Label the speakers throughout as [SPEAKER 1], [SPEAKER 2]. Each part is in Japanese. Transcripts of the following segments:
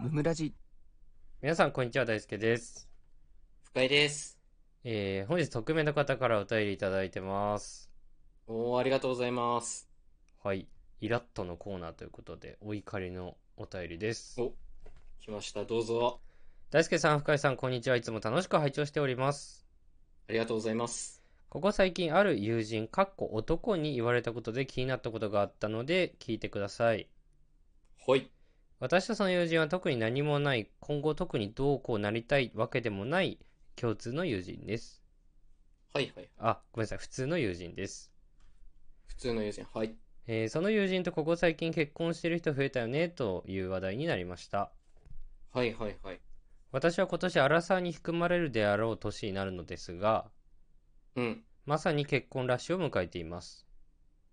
[SPEAKER 1] ムラジ
[SPEAKER 2] 皆さん、こんにちは。大輔です。
[SPEAKER 3] 深井です。
[SPEAKER 2] えー、本日、匿名の方からお便りいただいてます。
[SPEAKER 3] おー、ありがとうございます。
[SPEAKER 2] はい。イラッとのコーナーということで、お怒りのお便りです。
[SPEAKER 3] お来ました。どうぞ。
[SPEAKER 2] 大輔さん、深井さん、こんにちは。いつも楽しく拝聴しております。
[SPEAKER 3] ありがとうございます。
[SPEAKER 2] ここ最近、ある友人、かっこ男に言われたことで気になったことがあったので、聞いてください。
[SPEAKER 3] ほい。
[SPEAKER 2] 私とその友人は特に何もない、今後特にどうこうなりたいわけでもない共通の友人です。
[SPEAKER 3] はいはい。
[SPEAKER 2] あ、ごめんなさい、普通の友人です。
[SPEAKER 3] 普通の友人。はい。
[SPEAKER 2] えーその友人とここ最近結婚してる人増えたよねという話題になりました。
[SPEAKER 3] はいはいはい。
[SPEAKER 2] 私は今年アラサーに含まれるであろう年になるのですが、
[SPEAKER 3] うん。
[SPEAKER 2] まさに結婚ラッシュを迎えています。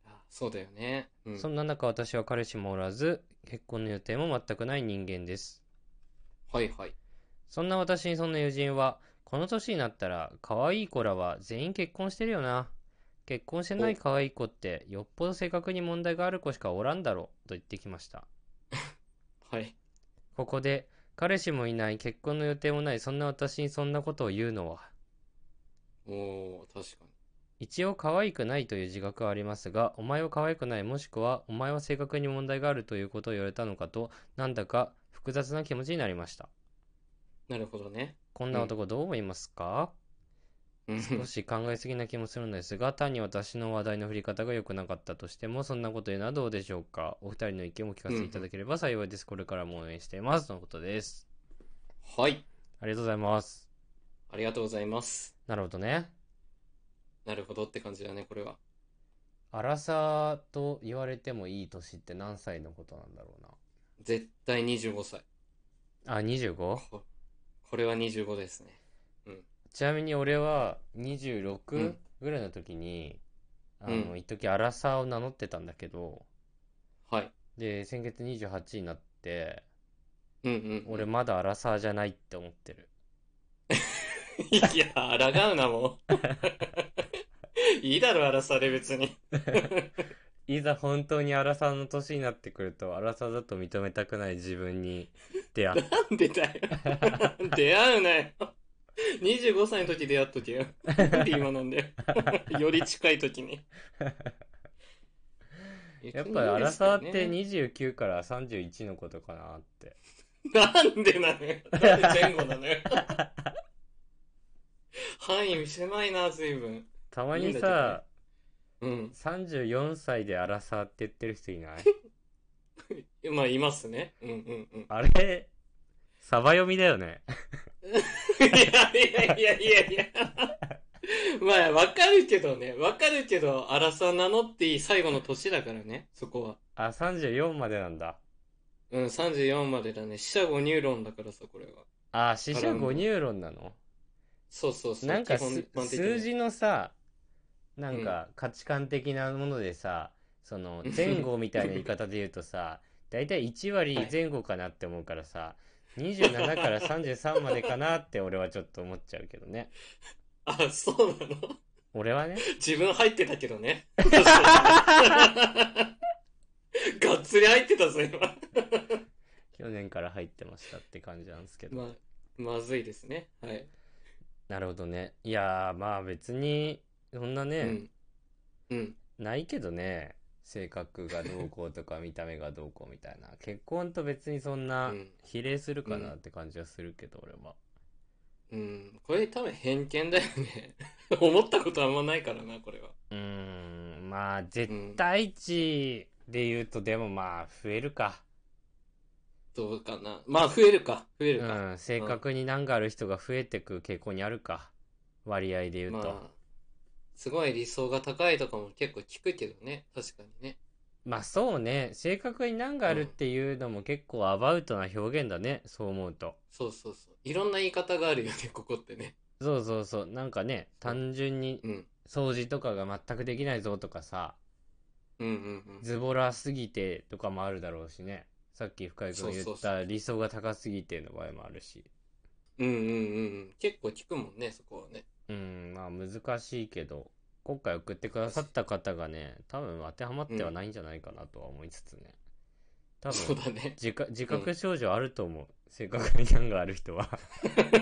[SPEAKER 3] あそうだよね。うん。
[SPEAKER 2] そんな中私は彼氏もおらず、結婚の予定も全くない人間です。
[SPEAKER 3] はいはい。
[SPEAKER 2] そんな私にその友人は、この年になったら可愛い子らは全員結婚してるよな。結婚してない可愛い子ってよっぽど性格に問題がある子しかおらんだろうと言ってきました。
[SPEAKER 3] はい。
[SPEAKER 2] ここで彼氏もいない結婚の予定もないそんな私にそんなことを言うのは
[SPEAKER 3] おー、確か
[SPEAKER 2] 一応可愛くないという自覚はありますがお前は可愛くないもしくはお前は性格に問題があるということを言われたのかとなんだか複雑な気持ちになりました
[SPEAKER 3] に。なるほどね。
[SPEAKER 2] こんな男どう思いますか、
[SPEAKER 3] うん。
[SPEAKER 2] 少し考えすぎな気もするのですが単に私の話題の振り方が良くなかったとしてもそんなこと言うのはどうでしょうかお二人の意見を聞かせていただければ幸いです、これからも応援していますとのことです
[SPEAKER 3] はい。
[SPEAKER 2] ありがとうございます
[SPEAKER 3] ありがとうございます。
[SPEAKER 2] なるほどね
[SPEAKER 3] なるほどって感じだね、これは。
[SPEAKER 2] アラサーと言われてもいい年って何歳のことなんだろう
[SPEAKER 3] 絶対25歳。
[SPEAKER 2] な。あ、25?
[SPEAKER 3] ここれは25ですね。
[SPEAKER 2] ちなみに俺は
[SPEAKER 3] う
[SPEAKER 2] 26
[SPEAKER 3] ん
[SPEAKER 2] ぐらいの時に、あ
[SPEAKER 3] う
[SPEAKER 2] の、
[SPEAKER 3] ん
[SPEAKER 2] 一時アラサーを名乗ってたんだけど、
[SPEAKER 3] はい。
[SPEAKER 2] で、先月28になって、
[SPEAKER 3] うんうん。
[SPEAKER 2] 俺。まだアラサーじゃないって思ってる。
[SPEAKER 3] いや、抗うな、も う。いいだろ、荒さで別に。
[SPEAKER 2] いざ本当にアラサーの年になってくると、アラサーだと認めたくない自分に出 会った。
[SPEAKER 3] なんでだよ。 出会うなよ。25歳の時出会っとけよ。なんで今なんだ よ。より近い時に。
[SPEAKER 2] やっぱりアラサーって29から31のことかなって。
[SPEAKER 3] なんでなのよ。なんで前後なのよ。範囲狭いな、随分。
[SPEAKER 2] たまに
[SPEAKER 3] いいんだけどね
[SPEAKER 2] さ、
[SPEAKER 3] うん。
[SPEAKER 2] 34歳でアラサーって言ってる人い ない
[SPEAKER 3] まあ、いますね。うんうんうん。
[SPEAKER 2] あれ、サバ読みだよね。
[SPEAKER 3] いやいやいやいやいや。まあ、わかるけどね。わかるけど、アラサー名乗っていい最後の年だからね、そこは。
[SPEAKER 2] あ、34までなんだ。
[SPEAKER 3] うん、34までだね。四捨五入論だからさ、これは。
[SPEAKER 2] あ、死者五入論なの
[SPEAKER 3] そうそうそう。
[SPEAKER 2] なんか
[SPEAKER 3] 基本
[SPEAKER 2] す
[SPEAKER 3] 一般的に
[SPEAKER 2] 数字のさ、なんか価値観的なものでさ、その前後みたいな言い方で言うと さ、だいたい1割前後かなって思うからさ、27から33までかなって俺はちょっと思っちゃうけどね。
[SPEAKER 3] あ、そうなの
[SPEAKER 2] 俺 はね。
[SPEAKER 3] 自分入ってたけどね。 がっつり入ってたぞ、今。
[SPEAKER 2] 去年から入ってましたって感じなんですけど。
[SPEAKER 3] まあ、まずいですね。はい。
[SPEAKER 2] なるほどね。いやー、まあ別に、そんな
[SPEAKER 3] う
[SPEAKER 2] ね、
[SPEAKER 3] ん。うん。
[SPEAKER 2] ないけどね、性格がどうこうとか見た目がどうこうみ たいな。結婚と別にそんな
[SPEAKER 3] うん
[SPEAKER 2] 比例するかなって感じはするけど、俺は。
[SPEAKER 3] うん。これ多分偏見だよね。 思ったことあんまないからな、これは。
[SPEAKER 2] うーん、まあ
[SPEAKER 3] う
[SPEAKER 2] 絶
[SPEAKER 3] ん。
[SPEAKER 2] 対値で言うと、でもまあ増えるか。
[SPEAKER 3] どうかな。まあ、増えるか。増えるか。
[SPEAKER 2] うん、性格に難がある人が増えてく傾向にあるか。割合で言う
[SPEAKER 3] ま
[SPEAKER 2] と。
[SPEAKER 3] あ、すごい理想が高いとかも結構聞くけどね。確かにね。
[SPEAKER 2] まあそうね、性格に難があるっていうのも結構アバウトな表現だね、そう思うと。
[SPEAKER 3] そうそうそう。いろんな言い方があるよね、 ここってね。
[SPEAKER 2] そうそうそう、なんかね、単純に
[SPEAKER 3] うん。
[SPEAKER 2] 掃除とかが全くできないぞとかさ、
[SPEAKER 3] うんうんうん。
[SPEAKER 2] ズボラすぎてとかもあるだろうしね。さっき深井君言
[SPEAKER 3] そう
[SPEAKER 2] っ
[SPEAKER 3] そう
[SPEAKER 2] た理想が高すぎての場合もあるし。
[SPEAKER 3] うんうんうん。結構聞くもんね、そこはね。
[SPEAKER 2] うん、まあ難しいけど、今回送ってくださった方がね、多分当てはまってはないんじゃないかなとは思いつつね。多
[SPEAKER 3] そう
[SPEAKER 2] 分
[SPEAKER 3] だね。
[SPEAKER 2] 自覚自覚症状あると思う、性格に難がある人は
[SPEAKER 3] 確か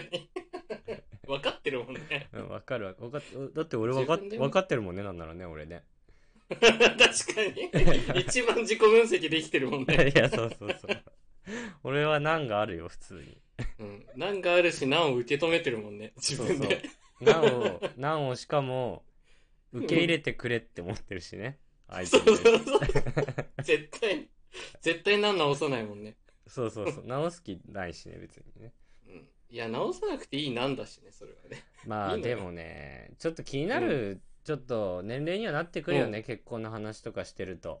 [SPEAKER 3] に。分かってるもん ね。
[SPEAKER 2] うんわかるわ分かっだって俺分かっ
[SPEAKER 3] 自分でも
[SPEAKER 2] 分かってるもんねなんならね俺ね
[SPEAKER 3] 確かに。一番自己分析できてるもんね。
[SPEAKER 2] いやそうそうそう俺は難があるよ普通に
[SPEAKER 3] うん。難があるし、難を受け止めてるもんね。自分で。
[SPEAKER 2] 難を難をしかも受け入れてくれって思ってるしね相手
[SPEAKER 3] そう
[SPEAKER 2] に
[SPEAKER 3] そうそう絶対、絶対難直さないもんね。
[SPEAKER 2] そうそうそう直す気ないしね別にね
[SPEAKER 3] うん。いや、直さなくていい難だしね、それはね。
[SPEAKER 2] まあ
[SPEAKER 3] いいのよ
[SPEAKER 2] でもねちょっと気になるちょっと年齢にはなってくるよね結婚の話とかしてると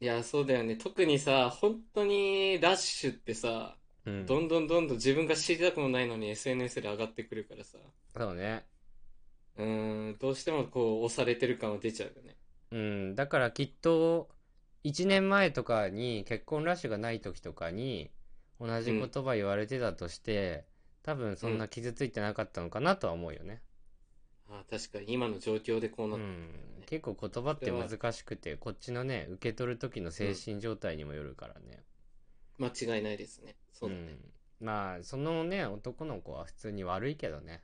[SPEAKER 3] いや、そうだよね。特にさ、本当にラッシュってさ、
[SPEAKER 2] うん
[SPEAKER 3] どんどんどんどん自分が知りたくもないのに SNS で上がってくるからさ、
[SPEAKER 2] そうね
[SPEAKER 3] うーん、どうしてもこう押されてる感は出ちゃうよね。
[SPEAKER 2] うん、だからきっと1年前とかに結婚ラッシュがない時とかに同じ言葉言われてたとして、多分そんな傷ついてなかったのかなとは思うよね。
[SPEAKER 3] あー確かに今の状況でこう
[SPEAKER 2] う
[SPEAKER 3] なっ
[SPEAKER 2] ん、結構言葉って難しくて、こっちのね、受け取る時の精神状態にもよるからね。
[SPEAKER 3] 間違いないですね。そうだ
[SPEAKER 2] う
[SPEAKER 3] ね。
[SPEAKER 2] ん。まあ、そのね、男の子は普通に悪いけどね。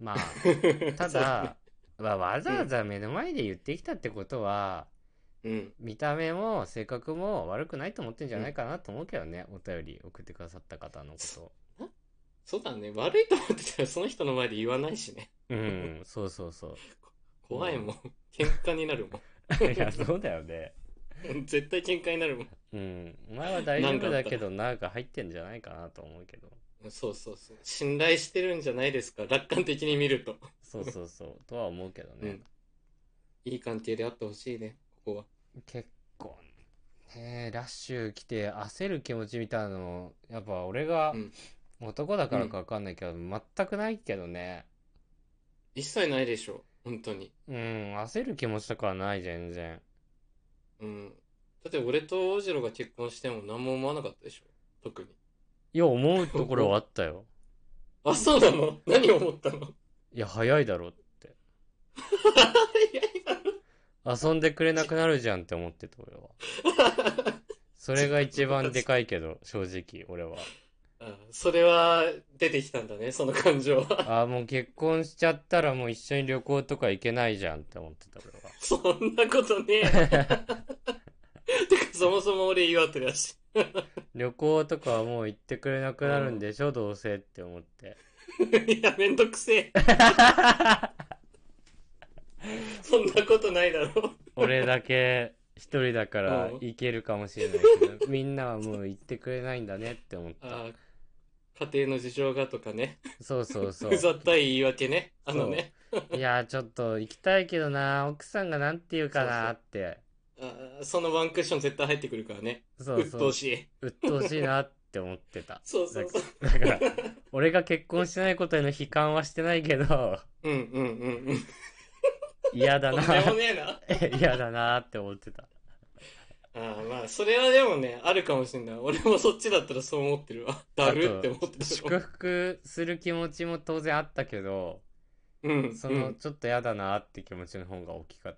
[SPEAKER 2] まあ、 た
[SPEAKER 3] そう
[SPEAKER 2] だ、まあわざわざ目の前で言ってきたってことは、
[SPEAKER 3] ね、うん。
[SPEAKER 2] 見た目も性格も悪くないと思ってんじゃないかなと思うけどね、お便り送ってくださった方のこと
[SPEAKER 3] そうだね。悪いと思ってたらそ の人の前で言わないしね。
[SPEAKER 2] うんそうそうそう
[SPEAKER 3] 怖いもん。喧嘩になるも
[SPEAKER 2] いやそうだよね
[SPEAKER 3] ん。 絶対喧嘩になるも
[SPEAKER 2] うんお前は大丈夫だけどなんか入ってんじゃないかなと思うけど
[SPEAKER 3] ん。そうそうそう。信頼してるんじゃないですか。楽観的に見ると。
[SPEAKER 2] そうそう そうとは思うけどね、
[SPEAKER 3] いい関係であってほしいね。ここは。
[SPEAKER 2] 結構ねラッシュ来て焦る気持ちみたいなのやっぱ俺が
[SPEAKER 3] うん
[SPEAKER 2] 男だからか分かんないけど、全くないけどね
[SPEAKER 3] 一切ないでしょ。本当に。
[SPEAKER 2] うん焦る気持ちとかはない全然
[SPEAKER 3] うん。だって俺と大次郎が結婚しても何も思わなかったでしょ。特に。
[SPEAKER 2] いや思うところはあったよ
[SPEAKER 3] あ、そうなの 何を思ったの
[SPEAKER 2] いや早いだろって
[SPEAKER 3] いやいや
[SPEAKER 2] 遊んでくれなくなるじゃんって思ってた俺はそれが一番でかいけど正直俺は
[SPEAKER 3] あそれは出てきたんだね、その感情は。
[SPEAKER 2] ああもう結婚しちゃったらもう一緒に旅行とか行けないじゃんって思ってた俺は
[SPEAKER 3] そんなことね え。てか、そもそも俺岩手だし。
[SPEAKER 2] 旅行とかはもう行ってくれなくなるんでしょ、どうせって思って
[SPEAKER 3] いや、めんどくせえ。 そんなことないだろ。
[SPEAKER 2] 俺だけ一人だから
[SPEAKER 3] うん
[SPEAKER 2] 行けるかもしれない けどみんなはもう行ってくれないんだねって思った
[SPEAKER 3] あ家庭の事情がとかね。
[SPEAKER 2] そうそうそう
[SPEAKER 3] う ざったい言い訳ね。あのね。
[SPEAKER 2] いやーちょっと行きたいけどな奥さんがなんて言うかなーって
[SPEAKER 3] あそのワンクッション絶対入ってくるからね。
[SPEAKER 2] そう
[SPEAKER 3] 鬱
[SPEAKER 2] そう
[SPEAKER 3] 陶しい。
[SPEAKER 2] 鬱陶しいなって思ってた
[SPEAKER 3] そうそうそう。
[SPEAKER 2] だから俺が結婚してないことへの悲観はしてないけ ど
[SPEAKER 3] うんうんうんうん。
[SPEAKER 2] 嫌だ
[SPEAKER 3] とん
[SPEAKER 2] な
[SPEAKER 3] でもねえ な。
[SPEAKER 2] 嫌だなって思ってた
[SPEAKER 3] ああまあ、それはでもね、あるかもしれない。俺もそっちだったらそう思ってるわ。だるって思ってた
[SPEAKER 2] 祝福する気持ちも当然あったけど
[SPEAKER 3] うん。
[SPEAKER 2] そうの
[SPEAKER 3] ん、
[SPEAKER 2] ちょっと嫌だなって気持ちの方が大きかっ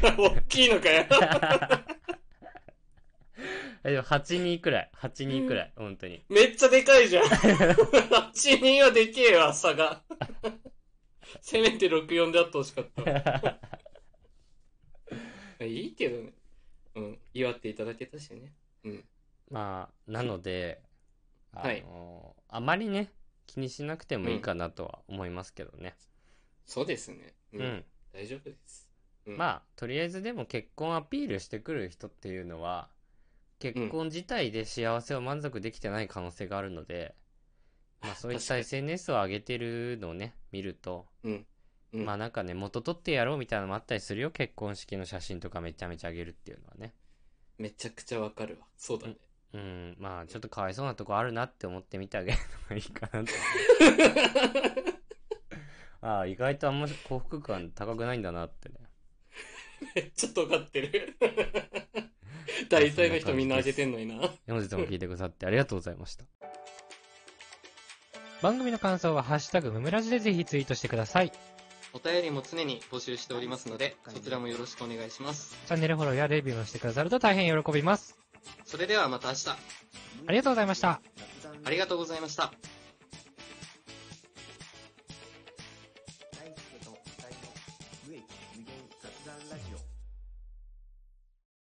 [SPEAKER 2] た
[SPEAKER 3] 大きいのかよ。
[SPEAKER 2] けど でも8人くらい8人くらい本当に
[SPEAKER 3] めっちゃでかいじゃん。8人はでけえわ、差が。せめて64であってほしかった。いいけどね。うん。祝っていただけたしね。
[SPEAKER 2] まあなのであの
[SPEAKER 3] はい
[SPEAKER 2] あまりね気にしなくてもいいかなとは思いますけどね
[SPEAKER 3] そうですね。う
[SPEAKER 2] うん。
[SPEAKER 3] 大丈夫です。うん
[SPEAKER 2] まあとりあえずでも結婚アピールしてくる人っていうのは結婚自体で幸せを満足できてない可能性があるので、まあ、そういっ
[SPEAKER 3] 確
[SPEAKER 2] た
[SPEAKER 3] かに
[SPEAKER 2] SNS を上げてるのをね見ると、
[SPEAKER 3] うん
[SPEAKER 2] まあなんかね元取ってやろうみたいなのもあったりするよ結婚式の写真とかめちゃめちゃ上げるっていうのはね
[SPEAKER 3] めちゃくちゃわかるわ。そうだね。
[SPEAKER 2] うんまあちょっとかわいそうなとこあるなって思ってみてあげるのがいいかなと ああ意外とあんま幸福感高くないんだなってね
[SPEAKER 3] め っちゃ尖ってる。大体の人みんなあげてんのにな。
[SPEAKER 2] 本日も聞いてくださってありがとうございました。番組の感想はハッシュタグムムラジでぜひツイートしてください。
[SPEAKER 3] お便りも常に募集しておりますので、そちらもよろしくお願いします。
[SPEAKER 1] チャンネルフォローやレビューもしてくださると大変喜びます。
[SPEAKER 3] それではまた明日、
[SPEAKER 1] ありがとうございました。
[SPEAKER 3] ありがとうございました。
[SPEAKER 4] 大輔と二人の無益無限雑談ラジオ